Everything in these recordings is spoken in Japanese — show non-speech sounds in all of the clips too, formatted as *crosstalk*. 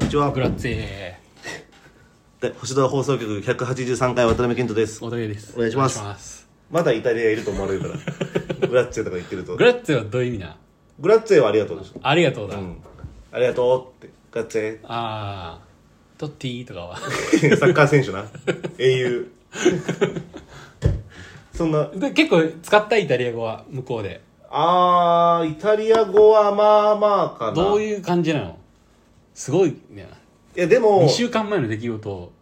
にちはグラッツェで星空放送局183回渡辺健人ですおたけですお願いしますお願いしますまだイタリアいると思われるから *laughs* グラッツェとか言ってるとグラッツェはどういう意味なグラッツェはありがとうでしょありがとうだ、うんありがとうってグラッツェああトッティとかは *laughs* サッカー選手な英雄そんなで結構使ったイタリア語は向こうであーイタリア語はまあまあかなどういいう感じなのすごいねやで2も週間前の出来事を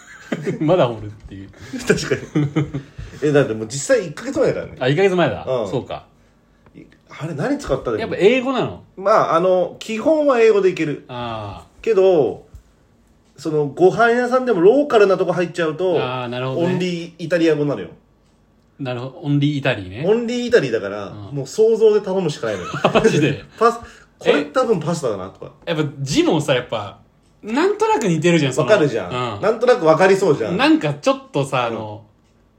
*laughs* まだおるっていう確かに *laughs* えだってもう実際1ヶ月前だからねあ1ヶ月前だ、うんそうかいあれ何使ったでやっもぱ英語なのまああの基本は英語でいけるあけどそのご飯屋さんでもローカルなとこ入っちゃうとあーなるほどオねンリーイタリア語になるよあなるほどオンリーイタリーねオンリーイタリーだから、うんもう想像で頼むしかないのよ *laughs* マジでパスこれえ多分パスタだなとかやっぱ字もさやっぱなんとなく似てるじゃんそわのかるじゃん、うんなんとなくわかりそうじゃんなんかちょっとさあの、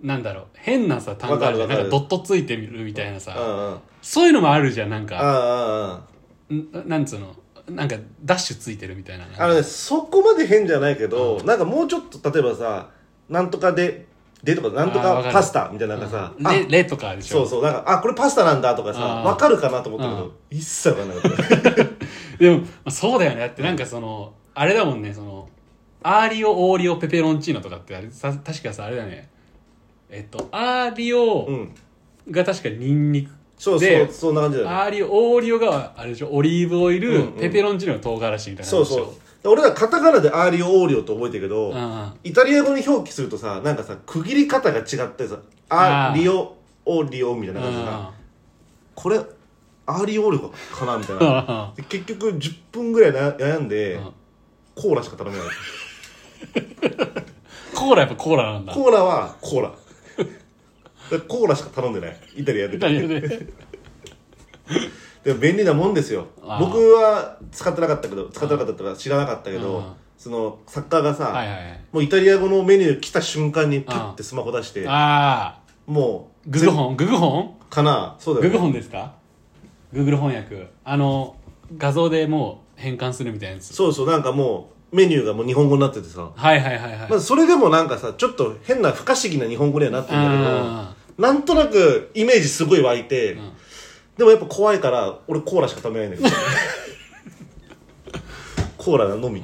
なんだろう変なさ単語あるじゃんわなかんるかわかるドットついてるみたいなさ、うんうんそういうのもあるじゃんなんああかああんなんつうのなんかダッシュついてるみたいなあのね、そこまで変じゃないけど、なんかもうちょっと例えばさなんとかででとかなんとあーわかかるパスタみたいななんかさ、あレレとかでしそょうそうなんかあこれパスタなんだとかさあーわかるかなと思ったけど、うん一切わかんなかったでも、まあ、そうだよねだってなんかその、あれだもんねそのアーリオオーリオペペロンチーノとかってあれさ確かさあれだよねえっとアーリうオんが確かニンニクそうそでうそんな感じだよねアーリオオーリオがあれでしょオリーブオイル、うんうんペペロンチーノが唐辛子みたいなそうそう俺らカタカナでアーリオオーリオと覚えてるけど、うんうんイタリア語に表記するとさなんかさ区切り方が違ってさアーリオオーリオみたいな感じでさ、これアーリオオーリオかなみ *laughs* たいなうで結局10分ぐらいな悩んで、んうんコーラしか頼めないコーラやっぱコーラなんだコーラはコーラでコーラしか頼んでないイタリアでイタリアででも便利なもんですよ僕あーは使ってなかったけど使ってなかったとか知らなかったけうんどその作家がさ、はいはいはいもうイタリア語のメニュー来た瞬間にパッてスマホ出してああもうググホンググホ全かなそうンだよ、ググホね、ンですかグーグル翻訳あの画像でもう変換するみたいなやつそうそうなんかもうメニューがもう日本語になっててさ、はいはいはいはい、まあ、それでもなんかさちょっと変な不可思議な日本語にはなってるんだあけどなんとなくイメージすごい湧いて、んでもやっぱ怖いから俺コーラしか食べないんだ *laughs* けどコーラのみ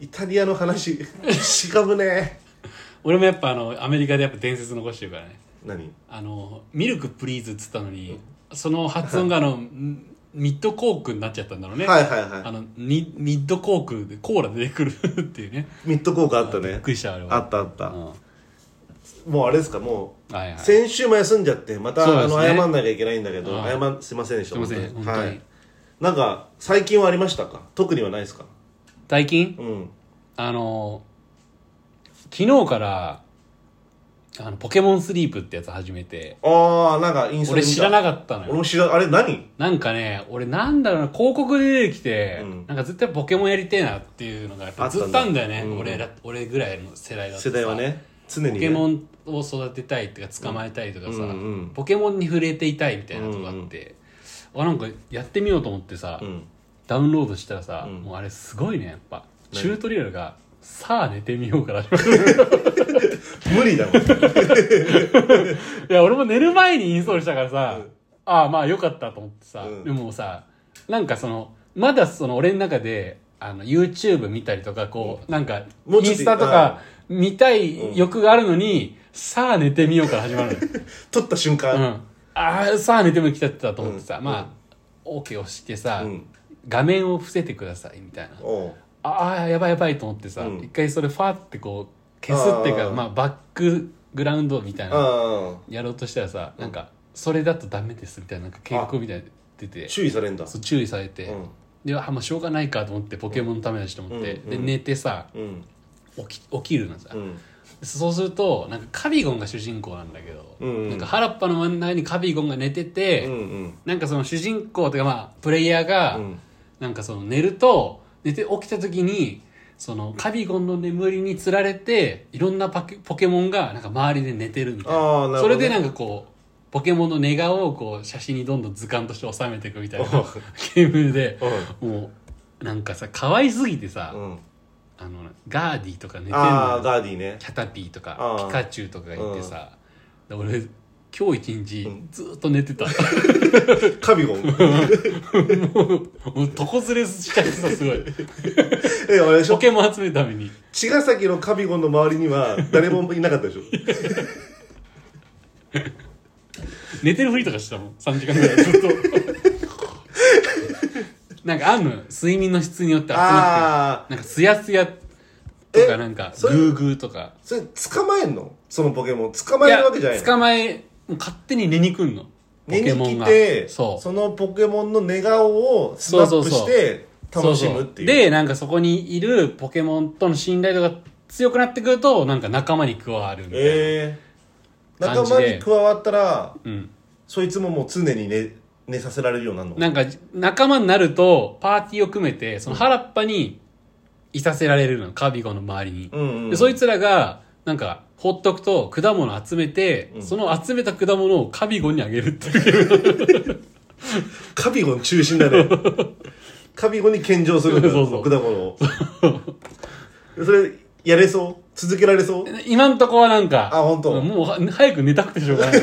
イタリアの話しかぶねー俺もやっぱあのアメリカでやっぱ伝説残してるからね何あのミルクプリーズっつったのに、その発音があのんミッドコークになっちゃったんだろうね、はいはいはあのミミッドコークでコーラ出てくるっていうねいミッド効果あったびっねくりしたあれはあったあった、うんはもうあれですかもう、いはい先週も休んじゃってまた、そうあでのすね謝んなきゃいけないんだけどはい謝んすいませんでしたすいません本当に本当にはいなんか最近はありましたか特にはないですか大金うんあの昨日からあのポケモンスリープってやつ始めてああなんかインスタで俺見た知らなかったの俺よも知らあれ何なんかね俺なんだろうな広告で出てきて、うんなんか絶対ポケモンやりてえなっていうのがやっぱずっとあんだよねあったんだうん俺ら俺ぐらいの世代だってさ世代はね常に、ね、ポケモンを育てたいっていうか捕まえたいとかさ、うんうんポケモンに触れていたいみたいなとこあって、あなんかやってみようと思ってさ、うんダウンロードしたらさ、うんもうあれすごいねやっぱ何チュートリアルが「さあ寝てみよう」から始まる無理だもん *laughs* いや、俺も寝る前にインストールしたからさ、うんああ、まあよかったと思ってさ、うんでもさ、なんかその、まだその俺の中で、あの、YouTube 見たりとか、こう、なんか、もイうンちょっとスタとか見たい欲があるのに、さあ寝てみようから始まる撮った瞬の。う間、ん。ああ、さあ寝てみよう来ちゃってたと思ってさ、うんまあ、OK 押してさ、うん画面を伏せてください、みたいな。おうああやばいやばいと思ってさ、うん一回それファーってこう消すっていうあかーまあ、バックグラウンドみたいなあやろうとしたらさなんかそれだとダメですみたいななんか警告みたいなの出あて注意されんだそう注意されて、うんであもうしょうがないかと思ってポケモンのためだしと思って、うんでうん寝てさうん起き起きるのさ、うんそうするとなんかカビゴンが主人公なんだけど、うんうんなんか原っぱの真ん中にカビゴンが寝てうて、んうんなんかその主人公というかまあプレイヤーが、うんなんかその寝ると寝て起きた時にそのカビゴンの眠りにつられていろんなパケポケモンがなんか周りで寝てるみたいなああなるほどねそれでなんかこうポケモンの寝顔をこう写真にどんどん図鑑として収めていくみたいなおうゲームでおうもうなんかさ可愛すぎてさ、うん、あのガーディとか寝てんのああよガーディねキャタピーとかあーピカチュウとかがいてさ、で俺今日一日うんずーっと寝 *laughs* てた、カビゴン *laughs* もう床ずれしちゃってさすごいえあれでしポょケモン集めるために茅ヶ崎のカビゴンの周りには誰もいなかったでしょ寝てるふりとかしてたもん3時間ぐらいずっと *laughs* なんかあんのよ睡眠の質によって集まっああてるなんかツヤツヤとえかなんかグそれーグーとかそれ捕まえんのそのポケモン捕まえるわけじゃないやの捕まえもう勝手に寝に来んのポ寝ケにモン来がてそうのポケモンの寝顔をスナップして楽しむっていうそうそうでなんかそこにいるポケモンとの信頼度が強くなってくるとなんか仲間に加わるみたいな、ええ感仲じで間に加わったらうん、そいつももう常に寝寝させられるようになるのなんか仲間になるとパーティーを組めてその原っぱにいさせられるのカビゴの周りに、うんうんでそいつらがなんかほっとくと果物集めて、うんその集めた果物をカビゴにあげるっていうカビゴン中心だ *laughs* ねカビゴンに献上するんだそうそう果物をそれやれそう続けられそう今んとこはなんかあ本当もうは早く寝たくてしょう *laughs* がないで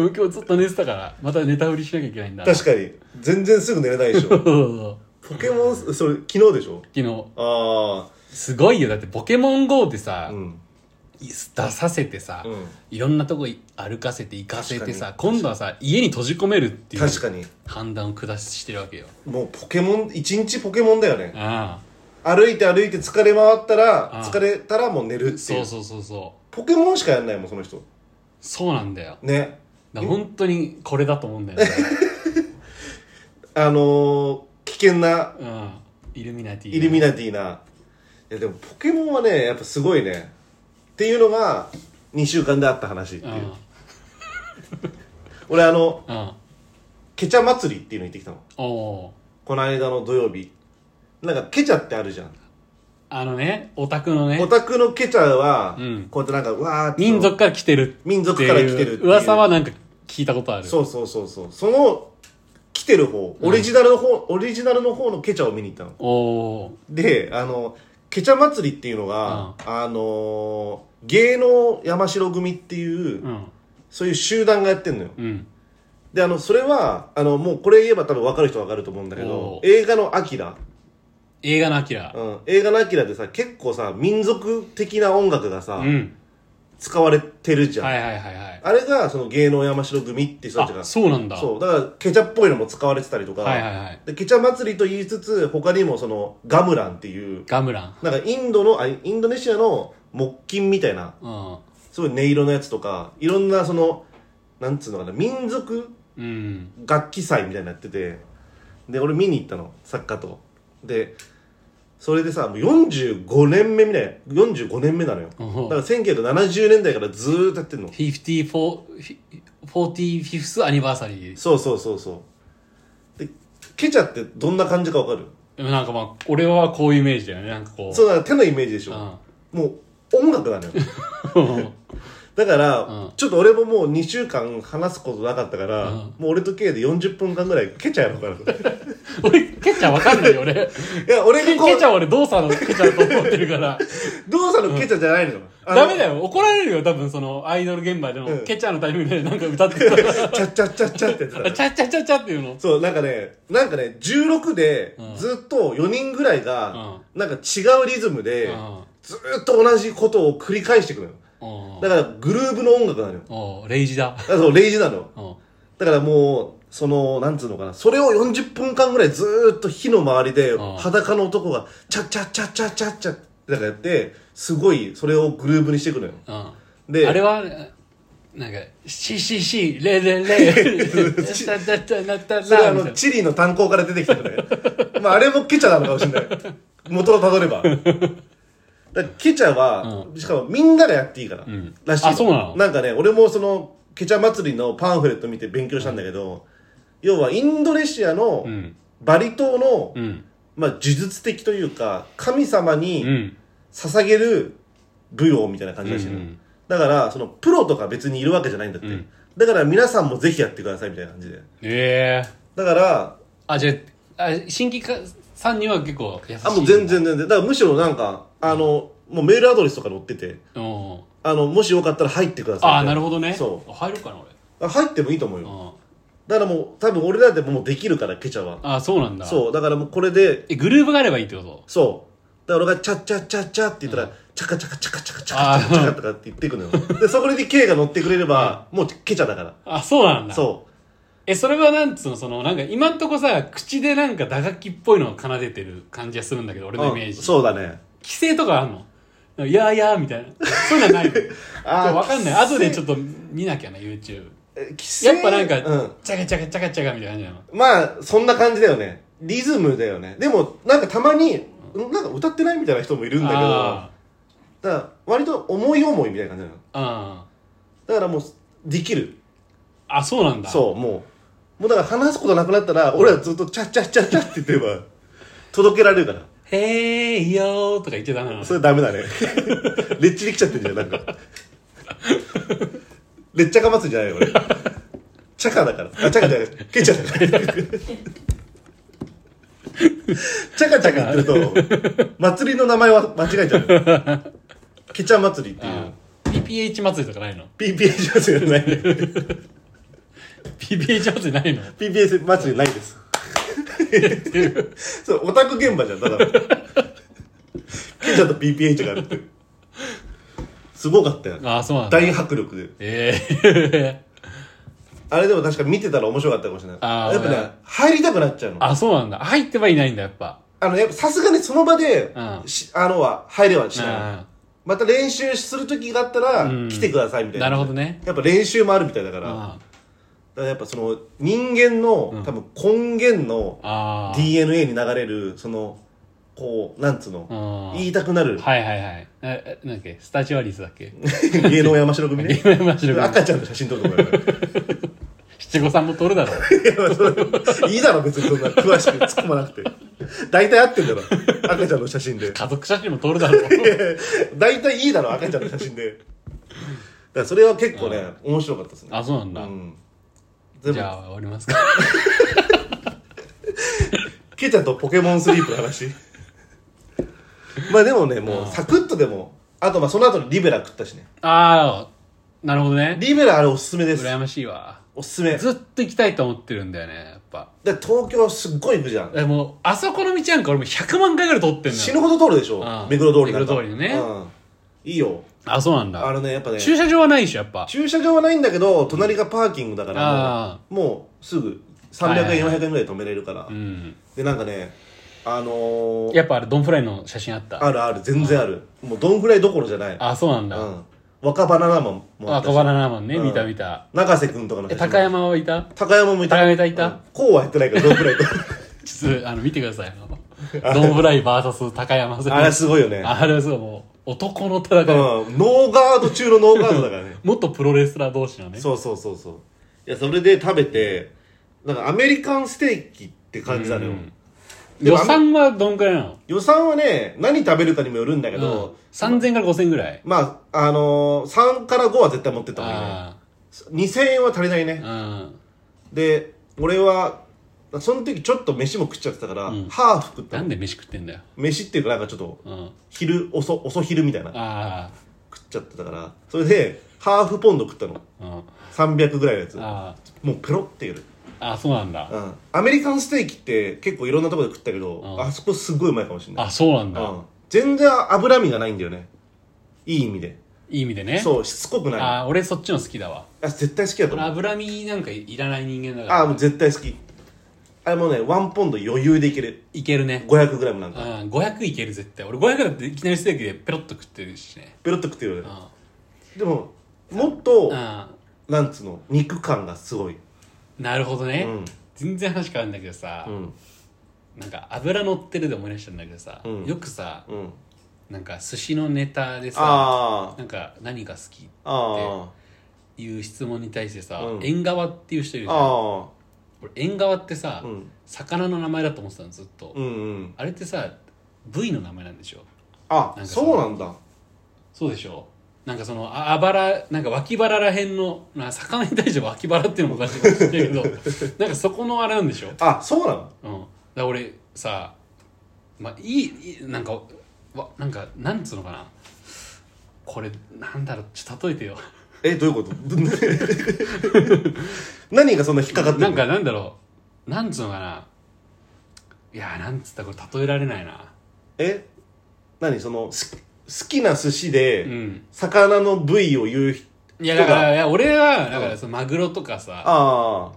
も今日ずっと寝てたからまた寝たふりしなきゃいけないんだ確かに全然すぐ寝れないでしょそうそうそポうケモンそれ昨日でしょ昨日あすごいよだってポケモン GO でさ、あうん出させてさ、うんいろんなとこ歩かせて行かせてさ今度はさ家に閉じ込めるっていう確かに判断を下してるわけよもうポケモン一日ポケモンだよねあ歩いて歩いて疲れ回ったらあ疲れたらもう寝るっていあうそうそうそうそうポケモンしかやんないもんその人そうなんだよねだから本当にこれだと思うんだよね、あのー、危険なうん、イルミナティイルミナナティな、いやでもポケモンはねやっぱすごいねっていうのが2週間であった話っていう、うん俺あのうんケチャ祭りっていうの行ってきたのおおこの間の土曜日なんかケチャってあるじゃんあのねオタクのねオタクのケチャは、うんこうやってなんかうわーって民族から来てるっていう民族から来てるっていう噂はなんか聞いたことあるそうそうそうそうその来てる方オリジナルの方、オリジナルの方のケチャを見に行ったのおおであのケチャ祭りっていうのが、あのー芸能山城組っていう、ーうんそういう集団がやってんのようんであのそれはあのもうこれ言えば多分分かる人は分かると思うんだけどおー映画の「アキラ」映画のアキラうん、映画の「アキラ」でさ結構さ民族的な音楽がさ、うん使われてるじゃん、はいはいはいはいあれがその芸能山城組って人たちがあそうなんだそうだからケチャっぽいのも使われてたりとか、はいはいはいでケチャ祭りと言いつつ他にもそのガムランっていうガムランなんかインドのあインドネシアの木琴みたいなうんすごい音色のやつとかいろんなそのなんつうのかな民族うん楽器祭みたいになっててで俺見に行ったの作家とでそれでさもう45年目みたいな45年目なのようだかんら1970年代からずーっとやってんの 45th アニバーサリーそうそうそうそうでケチャってどんな感じかわかるでもなんかまあ俺はこういうイメージだよねなんかこうそうだから手のイメージでしうょんもう音楽なのようんだから、うんちょっと俺ももう2週間話すことなかったから、うんもう俺と K で40分間ぐらいケチャやろうかなとい俺ケチャわかんないよ俺や俺ケ *laughs* がこケチャうは俺動作のケチャだと思ってるから動作のケチャじゃないのよ、あのダメだよ怒られるよ多分そのアイドル現場でうのんケチャのタイミングでなんか歌ってたらチャッチャッチャッチャってやってたあのチャチャチャチャっていうのそうなんかねなんかね16でうんずっと4人ぐらいが、なんか違うリズムで、うんずーっと同じことを繰り返していくのようんだからグルーブの音楽なのよおうレイジだだからそうレイジなのようんだからもうそのなんつうのかなそれを40分間ぐらいずーっと火の周りでうん裸の男がチャッチャッチャッチャッチャッチャッってなんかやってすごいそれをグルーブにしていくのようんであれはなんか「シーシーシーレ *laughs* レレ」タタタタタそれはあみたのいなチリの炭鉱から出てきたのねまああれもケチャなのかもしれない元をたどればだからケチャは、しかもみんながやっていいから、んらしいあそうなのなんかね俺もそのケチャ祭りのパンフレット見て勉強したんだけど、要はインドネシアのうんバリ島の、うんまあ、呪術的というか神様うにん捧げる舞踊みたいな感じらしいの、うんうんだからそのプロとか別にいるわけじゃないんだって、うんだから皆さんもぜひやってくださいみたいな感じでええだからあじゃああ新規かさんには結構優しいあもう全然全然だからむしろなんかあの、もうメールアドレスとか載っててうんあのもしよかったら入ってくださいああなるほどねそ入るかな俺う入ってもいいと思うよあだからもう多分俺らでももうできるからケチャはあーそうなんだそうだからもうこれでえグループがあればいいってことそうだから俺が「チャッチャッチャッチャ」って言ったら「チャカチャカチャカチャカチャカチャカチャカ」とかって言ってくのよでそこに K が乗ってくれればもうケチャだからあそうなんだそえそれはなんつうのそのなんか今んとこさ口でなんか打楽器っぽいのを奏でてる感じがするんだけどう俺のイメージ、うんそうだね規制とかあんのなんかいやいやみたいなそういうのはないの *laughs* あーわかんない後でちょっと見なきゃな YouTube え規制やっぱなんか、うんチャカチャカチャカチャカみたいな感じなのまあそんな感じだよねリズムだよねでもなんかたまにんなんか歌ってないみたいな人もいるんだけどあだから割と思い思いみたいな感じなのあだからもうできるああそうなんだそうもうもうだから話すことなくなったら俺はずっと「チャッチャッチャッチャ」って言ってれば届けられるからへえいよーとか言っちゃダメなのそれダメだね *laughs* レッチリ来ちゃってんじゃんなんかレッチャカ待つんじゃないよ俺チャカだからあチャカじゃないケチャだからチャカチャカ言ってると祭りの名前は間違えちゃうケチャ祭りっていうあー PPH 祭りとかないの *laughs* PPH 祭りはないね PPH 祭りないの PPS 祭りないですそうオタク現場じゃんただのケチャと PPH があるってすごかったよああそうなんだ大迫力でええあれでも確か見てたら面白かったかもしれないあーやっぱね入りたくなっちゃうのあ *laughs* あそうなんだ入ってはいないんだやっぱのやっぱさすがにその場で、うんしあのは入れはしないあまた練習する時があったら、うん来てくださいみたーいななるほどねやっぱ練習もあるみたいだからだかあらやっぱその人間の、うん多分根源のーあー DNA に流れるそのこうなんつうの、うん言いたくなるはいはいはいななんだっけスタジオアリスだっけ芸能山城組ね山城君赤ちゃんの写真撮るとか七五三も撮るだろういやまあそ *laughs* れいいだろ別にそんな詳しく突っ込まなくて大体合ってんだろ赤ちゃんの写真で家族写真も撮るだろう *laughs* 大体いいだろ赤ちゃんの写真でだからそれは結構ね面白かったですねあそうなんだ、うんでじゃもあ終わりますか *laughs* ケちゃんとポケモンスリープの話 *laughs* まあでもねもうサクッとでもあとまあその後にリベラ食ったしねああなるほどねリベラあれおすすめです羨ましいわおすすめだかずっと行きたいと思ってるんだよねやっぱら東京すっごい行くじゃんえもうあそこの道なんか俺もう100万回ぐらい撮ってんだ死よぬほど通るでしょうん目黒通りなんか目黒通りのねうんいいよあそうなんだあのねやっぱね駐車場はないでしょやっぱ駐車場はないんだけど隣がパーキングだからあもうすぐ300円はいはいはい400円ぐらいで止めれるからうんでなんかねあのーやっぱあれドンフライの写真あったあるある全然あるもうどんぐらいどころじゃないあそうなんうだ、ん若バナナマンもああっ小たし花ナーマンね、うん見た見た永瀬君とかのえ写真高山はいた高山もいた高山いたうんこうはやってないからどんぐらいと *laughs* ちょっとあの見てくださいあの *laughs* ドンフライ VS 高山戦あれすごいよねあれはすごいもう男の戦い、うんノーガード中のノーガードだからね元プロレスラー同士のねそうそうそうそういやそれで食べてなんかアメリカンステーキって感じなのようんでも予算はどんくらいなの予算はね何食べるかにもよるんだけど、うん、3000から5000ぐらいまあ、あのー、3から5は絶対持ってった方がいいね。あ2000円は足りないね。あうんで、俺は、その時ちょっと飯も食っちゃってたから、うんハーフ食ったなのんで飯食ってんだよ、飯っていうかなんかちょっと、うん、あ昼、遅、遅昼みたいな。あ食っちゃってたから、それで、ハーフポンド食ったの。ー、うん、あ300ぐらいのやつ。あもうペロってやる。あそうなんだ、うん。アメリカンステーキって結構いろんなところで食ったけど、うんあそこすごいうまいかもしれない。あそうなんだ、うん。全然脂身がないんだよね。いい意味で。いい意味でねそう、しつこくない。ああー俺そっちの好きだわ絶対好きだと俺思う。脂身なんかいらない人間だからああもう絶対好きあれもうねワンポンド余裕でいけるいけるね 500g なんうかん500いける絶対俺500だっていきなりステーキでペロッと食ってるしねペロッと食ってるようねんでももっとうんなんつうの肉感がすごいなるほどうね、ん全然話変わるんだけどさ、うんなんか油乗ってるで思い出したんだけどさ、うんよくさうんなんか寿司のネタでさあーなんか何が好きっあていう質問に対してさ、うん縁側っていう人いるーじゃんあ俺縁側ってさ、ーうん魚の名前だと思ってたのずっと、うんうんあれってさ部位の名前なんでしょあなんかそのそうなんだそうでしょなんかそのああばらなんか脇腹らへんのな魚に対して脇腹っていうのもおかしい *laughs* かもしれないけどなんかそこのあれなんでしょ、うん、だかあそうなのら俺さまあいいいいなんかわなんかなんつうのかなこれなんだろうちょっと例えてよえどういうこと *laughs* 何がそんな引っかかってなるんのかなんだろうなんつうのかないやーなんつったらこれ例えられないなえ何そのす好きな寿司で、うん魚の部位を言う人いやだか人らがいや俺はだからそのマグロとかさああ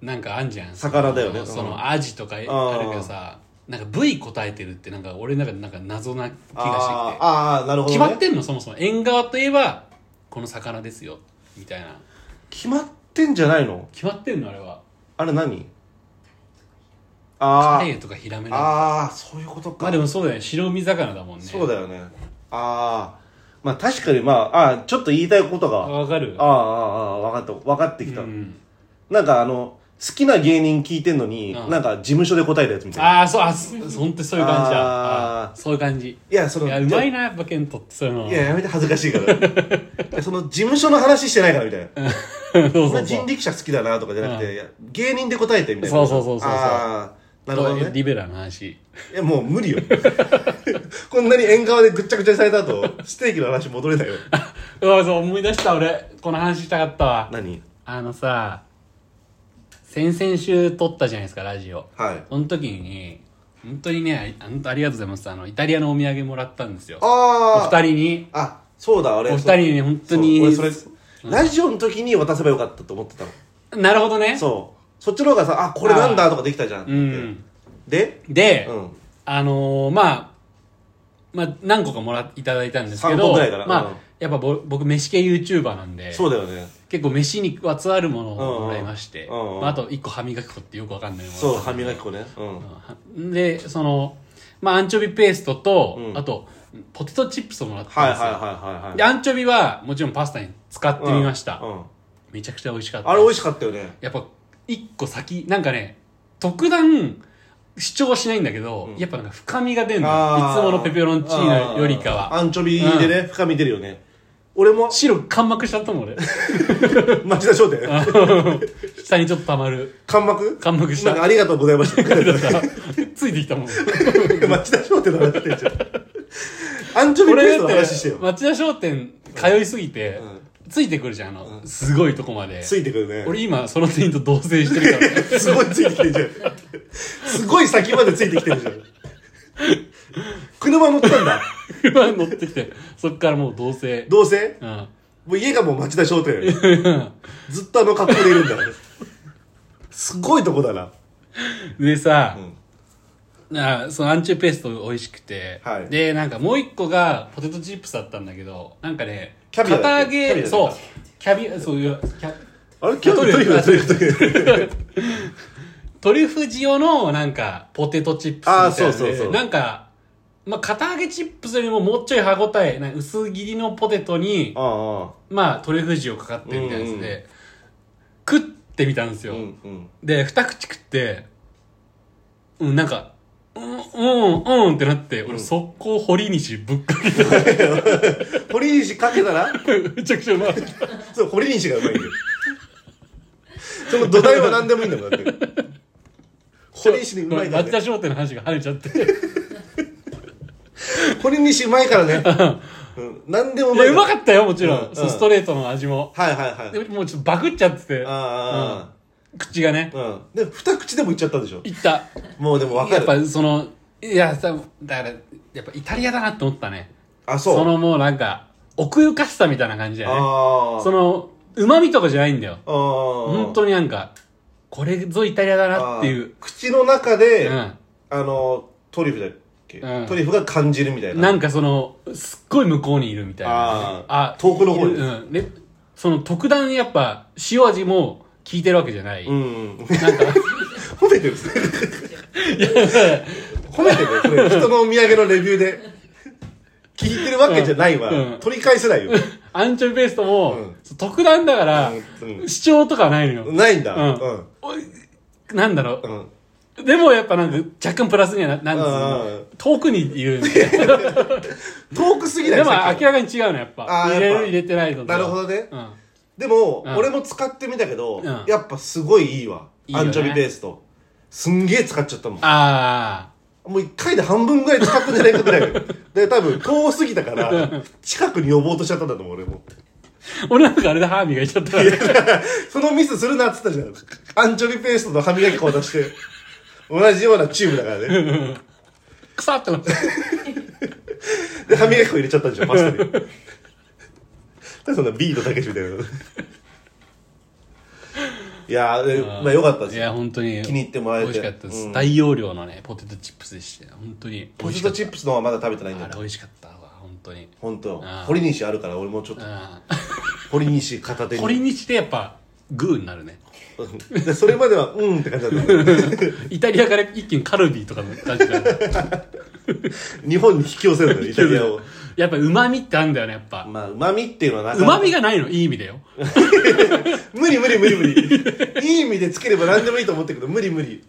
なんかあんじゃん魚だよねそのそうのんアジとかあーるけどさなんか部位答えてるってなんか俺の中でなんか謎な気がしてきてあーあーなるほど、ね、決まってんのそもそも縁側といえばこの魚ですよみたいな決まってんじゃないの決まってんのあれはあれ何カあレーイとかヒラメなのあーそういうことか、まあでもそうだよね白身魚だもんねそうだよねああまあ確かにまああーちょっと言いたいことが、あーわかるあーああ分かった分かってきた、うんなんかあの好きな芸人聞いてんのに、うんなんか事務所で答えたやつみたいなああそうあそ本当にそういう感じだあーあーそういう感じいやそいのやうまいなやっぱケントってそういうのいや、やめて恥ずかしい *laughs* から。いやその事務所の話してないからみたいな。 *laughs* そうそうそ俺う人力車好きだなとかじゃなくうんて、いや芸人で答えてみたいな。そうそうそうそうそうああ、なるほどね。リベラの話いや、もう無理よ。 *laughs* こんなに縁側でぐっちゃぐちゃにされた後、ステーキの話戻れないよ。うわそう思い出した俺この話したかったわ何あのさ先々週撮ったじゃないですかラジオはい。その時に本当にねあ本当ありがとうございますあのイタリアのお土産もらったんですよおああ、二人にあ、そうだ、俺。お二人にね本当にそう俺それ、ラジオの時に渡せばよかったと思ってたの。なるほどねそう。そっちの方がさ、あ、これなんだとかできたじゃんってう言ってん。で、で、うん。あのーまあ、まあ、何個かもらっいただいたんですけ三ど、個ぐらいかなまあ、うんやっぱぼ僕、飯系 YouTuber なんで、そうだよね。結構飯にまつわるものをもらいまして、うんうんうんまあ、あと1個歯磨き粉ってよくわかんないものそう、歯磨き粉ね。うん。うんで、その、まあ、アンチョビペーストと、うんあと、ポテトチップスをもらったはいんはでいすよ。はいはいはいで、アンチョビは、もちろんパスタに使ってみました。うんうんめちゃくちゃ美味しかった。あれ美味しかったよねやっぱ一個先なんかね特段主張はしないんだけど、うんやっぱなんか深みが出るのあよいーつものペペロンチーノよりかあーはアンチョビでね深み出るよね俺 *laughs* も白干膜しちゃったもん俺町田商店下にちょっとたまる干幕干膜しなたんかありがとうございました *laughs* ついてき *laughs* たもん町田商店の話してんじゃんアンチョビペー俺スだトのっ話しててよ町田商店通いすぎて、ついてくるじゃんあの、すごいとこまでついてくるね俺今その店員と同棲してるからねすごいついてきてんじゃんすごい先までついてきてるじゃん車乗ったんだ *laughs* 車乗ってきてそっからもう同棲どうせうんもう家がもう町田商店ずっとあの格好でいるんだ *laughs* すごいとこだなでさ、うんなあそのアンチュペースト美味しくて、はいでなんかもう一個がポテトチップスだったんだけどなんかねキャビアだっけ片揚げキャビアだっけそうキャビそういうキャあれ今日トリトリュフュフだトリュフトリュフトリュフ塩のなんかポテトチップスみたいなあのーでそうそうそうなんか、まあ、片揚げチップスよりももうちょい歯ごたえなんか薄切りのポテトにああまあトリュフ塩かかってるみたいなやつで、食ってみたんですよ、うんうんで二口食ってうんなんかうんうんうんってなって俺速攻堀西ぶっかけて堀西かけたら *laughs* *laughs* めちゃくちゃうまい。そう堀西がうまいんだよその土台は何でもいいんだもんだって堀西にうまいから、松田ね、商店の話が跳ねち *laughs* ゃって。い堀西うまいから *laughs* ね、うん、何でもうまいや、うまっかったよ、もちろん。うんそううんストレートの味も。たはいはいはでいもうちょっとバクっちゃってて、あ口がねあ、。うん、で二口でもいっちゃったでしょいった。もうでも分やっかるぱその、いや、さだから、やっぱイタリアだなって思ったね。あそうそのもうなんか、奥ゆかしさみたいな感じだよね。ああその、旨味とかじゃないんだよ。あー本当になんか、これぞイタリアだなっていう。あー口の中で、うん。あのトリュフだっけ、うんトリュフが感じるみたいななんかそのすっごい向こうにいるみたいなあーあ遠くの方にうんでその特段やっぱ塩味も効いてるわけじゃない、うんうんなんか褒めてる褒めてるこれ人のお土産のレビューで聞いてるわけじゃないわ、うん取り返せないよ、アンチョビペーストも、うん特段だから、うん主張とかないのよ、ないんだうんうんなんだろうん、うでもやっぱなんか若干プラスにはななんつううんうのん遠くにいるんで遠くすぎないでもさっき明らかに違うのやっぱあー入れやっるぱ入れてないのとなるほどねうんでも、うん俺も使ってみたけど、んやっぱすごいいいわいいよアねンチョビベースとすんげえ使っちゃったもんああもう1回で半分ぐらい近くじゃないかぐらいで多分遠すぎたから近くに呼ぼうとしちゃったんだと思う俺も俺なんかあれで歯磨いちゃったからね *laughs* そのミスするなっつったじゃんアンチョビペーストの歯磨き粉を出して同じようなチューブだからね腐ってましたで歯磨き粉入れちゃったんじゃんパスタにでそんなビートたけしみたいないやーでまあよかったでいすよや本当に気に入ってもらえて美味しかったです、うん大容量のねポテトチップスでして本当にポテトチプップスの方はまだ食べてないんだあよれ美味しかったわ本当に本当ああ堀西あるから俺もちょっと *laughs* 堀西片手うんにこれにしてやっぱグーになるねうん *laughs* でそれまではうんって感じだったイタリアから一気にカルビーとかの感じが日本に引き寄せるのよイタリアを *laughs* やっぱうまみってあるんだよねやっぱまあうまみっていうのはなかうなかまみがないのいい意味だよ無理無理無理無理いい意味でつければ何でもいいと思ってるけど無理無理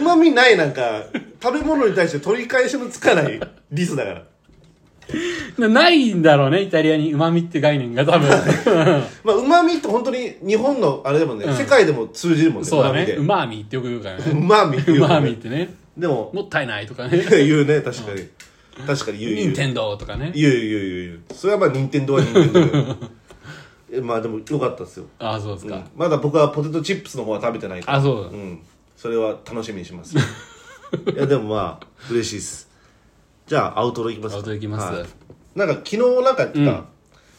うまみないなんか食べ物に対して取り返しのつかないリスだからなないんだろうねイタリアにうまみって概念が *laughs* 多分まあうまみって本当に日本のあれでもね、うん世界でも通じるもんねそうだねううまみってよく言うからね *laughs* まみってう言うまよねみってねでももったいないとかね言うね確かに確かに言う言 *laughs* 任う天堂とかね言う言う言う言うそれはまあ任天堂は任天堂だよえ *laughs* まあでもよかったですよ、ああそうですうか、んまだ僕はポテトチップスの方は食べてないからあそうだ、うんそれは楽しみにします *laughs* いやでもまあ嬉しいですじゃあアウトロいきますかアウトロいきますはいなんか昨日なんかやってた、ういん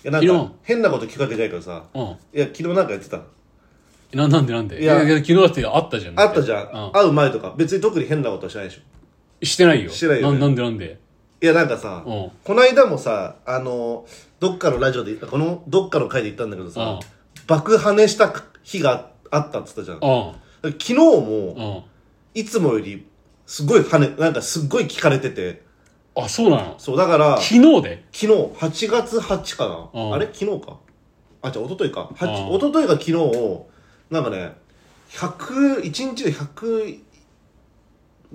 やなん昨日か変なこと聞くわけじゃないからさうんいや昨日なんかやってたななんでなんでいやいや昨日だってあったじゃんあったじゃん、う会う前とか別に特に変なことはしないでしょしてないよしてないよねななんでなんでいやなんかさ、うんこないだもさあのどっかのラジオでこのどっかの回で言ったんだけどさ、うん爆跳ねした日があったっつったじゃんう昨ん日もうんいつもよりすごい跳ねなんかすっごい聞かれててあそうなのそうだから昨日で昨日8月8かな、うんあれ昨日かあじゃあ一昨日か、八うん一昨日が昨日をなんかね100 1日で100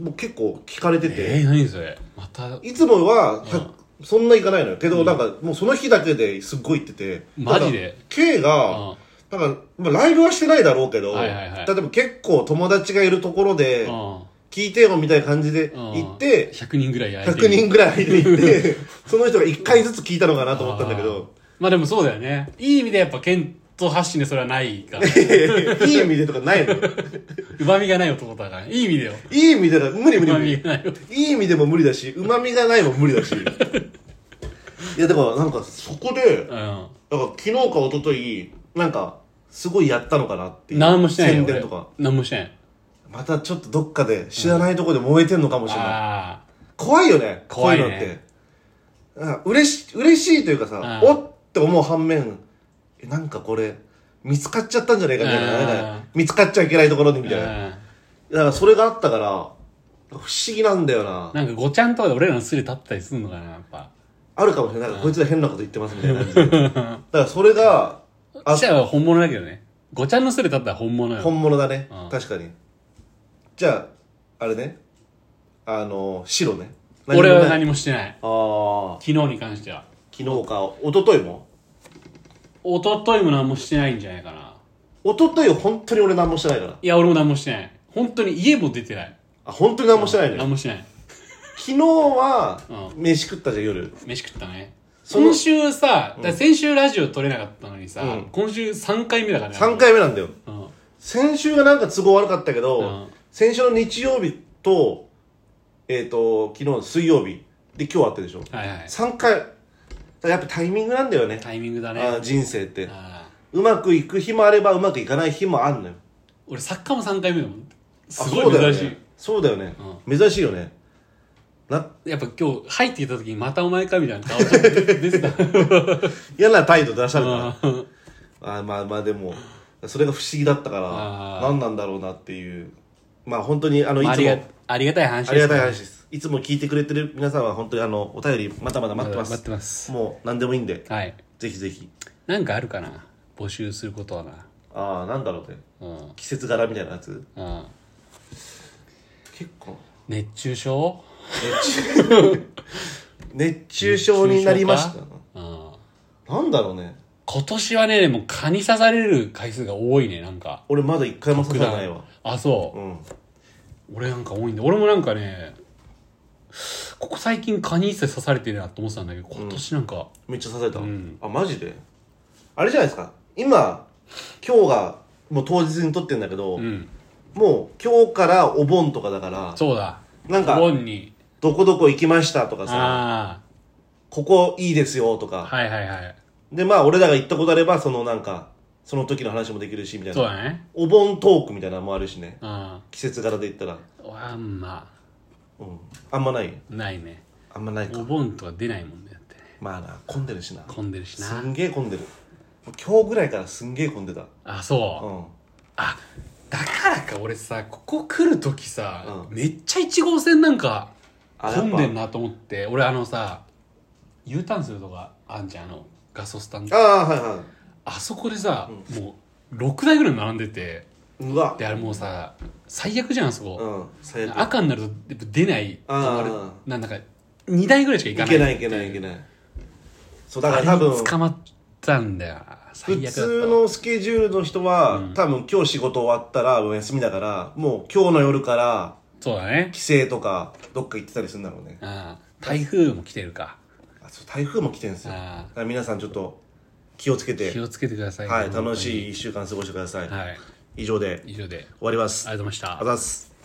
もう結構聞かれてえて、ー、何それまたいつもは、100そんないかないのよけど、なんかもうその日だけですっごい言っててマジでだから K が、うなんか、まあ、ライブはしてないだろうけど、はいはいはい例えば結構友達がいるところで、んうん聞いてよみたいな感じでうん行って、 100人ぐらいや100人ぐらい相手に行って、その人が1回ずつ聞いたのかなと思ったんだけど、まあでもそうだよねいい意味でやっぱ検討発信でそれはない *laughs* からいやいやいい意味でとかないのようまみがない男だからねいい意味だよいい意味でだ無理無理うま無み理。がない男いい意味でも無理だし、旨味がないも無理だし。いや、だからなんかそこで、うんだから昨日か一昨日なんかすごいやったのかなっていう何もしてないよ宣伝とか俺何もしてないまたちょっとどっかで知らないとこで燃えてんのかもしれない、あ怖いよね怖いねこういうのってなんか嬉し嬉しいというかさ、うんおっって思う反面えなんかこれ見つかっちゃったんじゃないかみたいな,、うんなんか見つかっちゃいけないところにみあたいな、だうんからそれがあったから不思議なんだよななんかごちゃんとかで俺らのすれ立ったりするのかなやっぱあるかもしれないなんかこいつら変なこと言ってますみたいな感じでだからそれがあ記者は本物だけどねごちゃんのすれ立ったら本物よ本物だね、うん確かにじゃああれねあの白ね俺は何もないもしてあないあ昨日に関しては昨日か一昨日も一昨日も何もしてないんじゃないかな一昨日本当に俺何もしてないからいや俺も何もしてない本当に家も出てないあ本当に何もしてないのよ何もしてない昨日はう飯食ったじゃん夜飯食ったねその今週さ、だから先週ラジオ撮れなかったのにさ、うん今週3回目だからね3回目なんだようんうん先週がなんか都合悪かったけど、うん先週の日曜日とえっ、と昨日の水曜日で今日あってでしょはいはい3回だからやっぱタイミングなんだよねタイミングだねあー人生ってあーうまくいく日もあればうまくいかない日もあんのよ俺作家も3回目だもんあすごい珍しい、そうだよね、珍しいよねなやっぱ今日入ってきた時にまたお前かみたいな顔して出 *laughs* てた嫌な態度出された *laughs* からあーあまあまあでもそれが不思議だったからあー何なんだろうなっていうまあ本当にあのいつもありがありがたい話ですありがたい話ですいつも聞いてくれてる皆さんは本当にあのお便りまだまだ待ってます,、待ってますもう何でもいいんではいぜひぜひなんかあるかな募集することはなああなんだろうねうん季節柄みたいなやつうん結構熱中症熱中熱中症になりまし熱中た症かうんなんだろうね今年はね、もう蚊に刺される回数が多いね、なんか。俺まだ一回も刺されないわあ、そうう。ん俺なんか多いんで。俺もなんかね、ここ最近蚊に一切刺されてるなと思ってたんだけど今年なんか、めっちゃ刺された、うんあマジであれじゃないですか今今日がもう当日に撮ってんだけど、うんもう今日からお盆とかだからそうだなんかお盆にどこどこ行きましたとかさあここいいですよとあかはいはいはいでまあ俺らが行ったことあればそのなんかその時の話もできるしみたいそうなだねお盆トークみたいなのもあるしねうん季節柄で言ったら、あんまうん、あんまないないねあんまないかお盆とか出ないもんねだってねまあな混んでるしな混んでるしすなんげえ混んでるもう今日ぐらいからすんげえ混んでたあそう、うんあだからか俺さここ来る時さ、うめっちゃ1号線なんかあやっぱ混んでんなと思って俺あのさ U ターンするとかあんじゃんあのガソスタンドあああはいはそこでさ、もう6台ぐらい並んでていうわであれもうさ最悪じゃんあそこ、うん最悪赤になるとやっぱ出ないあーあれなんだか2台ぐらいしか行かいないけないいけないいけないそうだからあ多れに分捕まったんだよ最普悪だった通のスケジュールの人は、多分今日仕事終わったらお休みだからもう今日の夜からそうだね帰省とかどっか行ってたりするんだろうねあー台風も来てるかあそう台風も来てるんですよだあから皆さんちょっと気をつけて気をつけてくださいね、はい本当に楽しい1週間過ごしてください、はい以上で終以上でわりますありがとうございましたあざっす